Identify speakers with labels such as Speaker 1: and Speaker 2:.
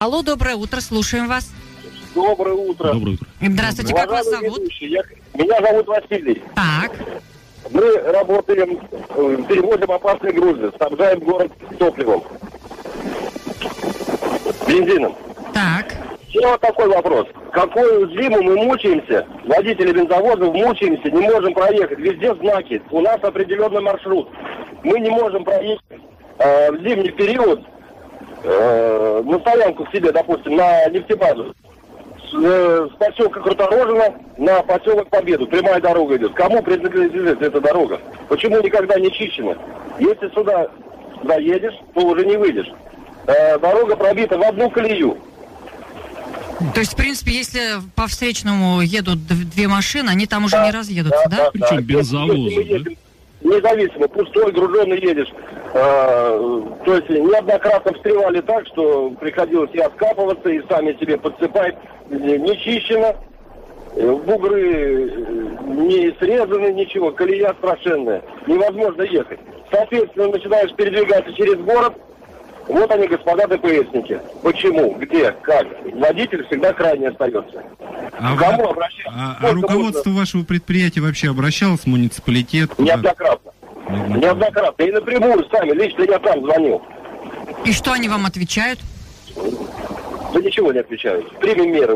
Speaker 1: Алло, доброе утро, слушаем вас.
Speaker 2: Доброе утро.
Speaker 3: Доброе утро.
Speaker 1: Здравствуйте, как вас
Speaker 2: Уважаемый
Speaker 1: зовут?
Speaker 2: ведущий, я- меня зовут Василий.
Speaker 1: Так,
Speaker 2: Мы работаем, э, перевозим опасные грузы, снабжаем город топливом. Бензином.
Speaker 1: так.
Speaker 2: И вот такой вопрос. Какую зиму мы мучаемся, водители бензовозов мучаемся, не можем проехать. Везде знаки. У нас определенный маршрут. Мы не можем проехать э, в зимний период э, на стоянку к себе, допустим, на нефтебазу. С, э, с поселка Круторожина на поселок Победу. Прямая дорога идет. Кому принадлежит эта дорога? Почему никогда не чищена? Если сюда заедешь, то уже не выйдешь. Э, дорога пробита в одну колею.
Speaker 1: То есть, в принципе, если по встречному едут д- две машины, они там уже не разъедутся, да?
Speaker 3: Причем бензовозом,
Speaker 2: Если мы
Speaker 3: да?
Speaker 2: едем Независимо, пустой, груженный едешь. Э, то есть неоднократно встревали так, что приходилось и откапываться, и сами себе подсыпать. Э, Не чищено, э, бугры э, не срезаны, ничего, колея страшенная. Невозможно ехать. Соответственно, начинаешь передвигаться через город, вот они, господа ДПСники. Почему? Где? Как? Водитель всегда крайне остается.
Speaker 4: А,
Speaker 2: К кому
Speaker 4: вы-
Speaker 2: обращаться?
Speaker 4: а- а
Speaker 2: Сколько
Speaker 4: руководство вашего предприятия вообще обращалось, муниципалитет? куда?
Speaker 2: Неоднократно. Неоднократно. И напрямую сами, лично я сам звонил.
Speaker 1: И что они вам отвечают?
Speaker 2: Да ничего не отвечают. Примем меры.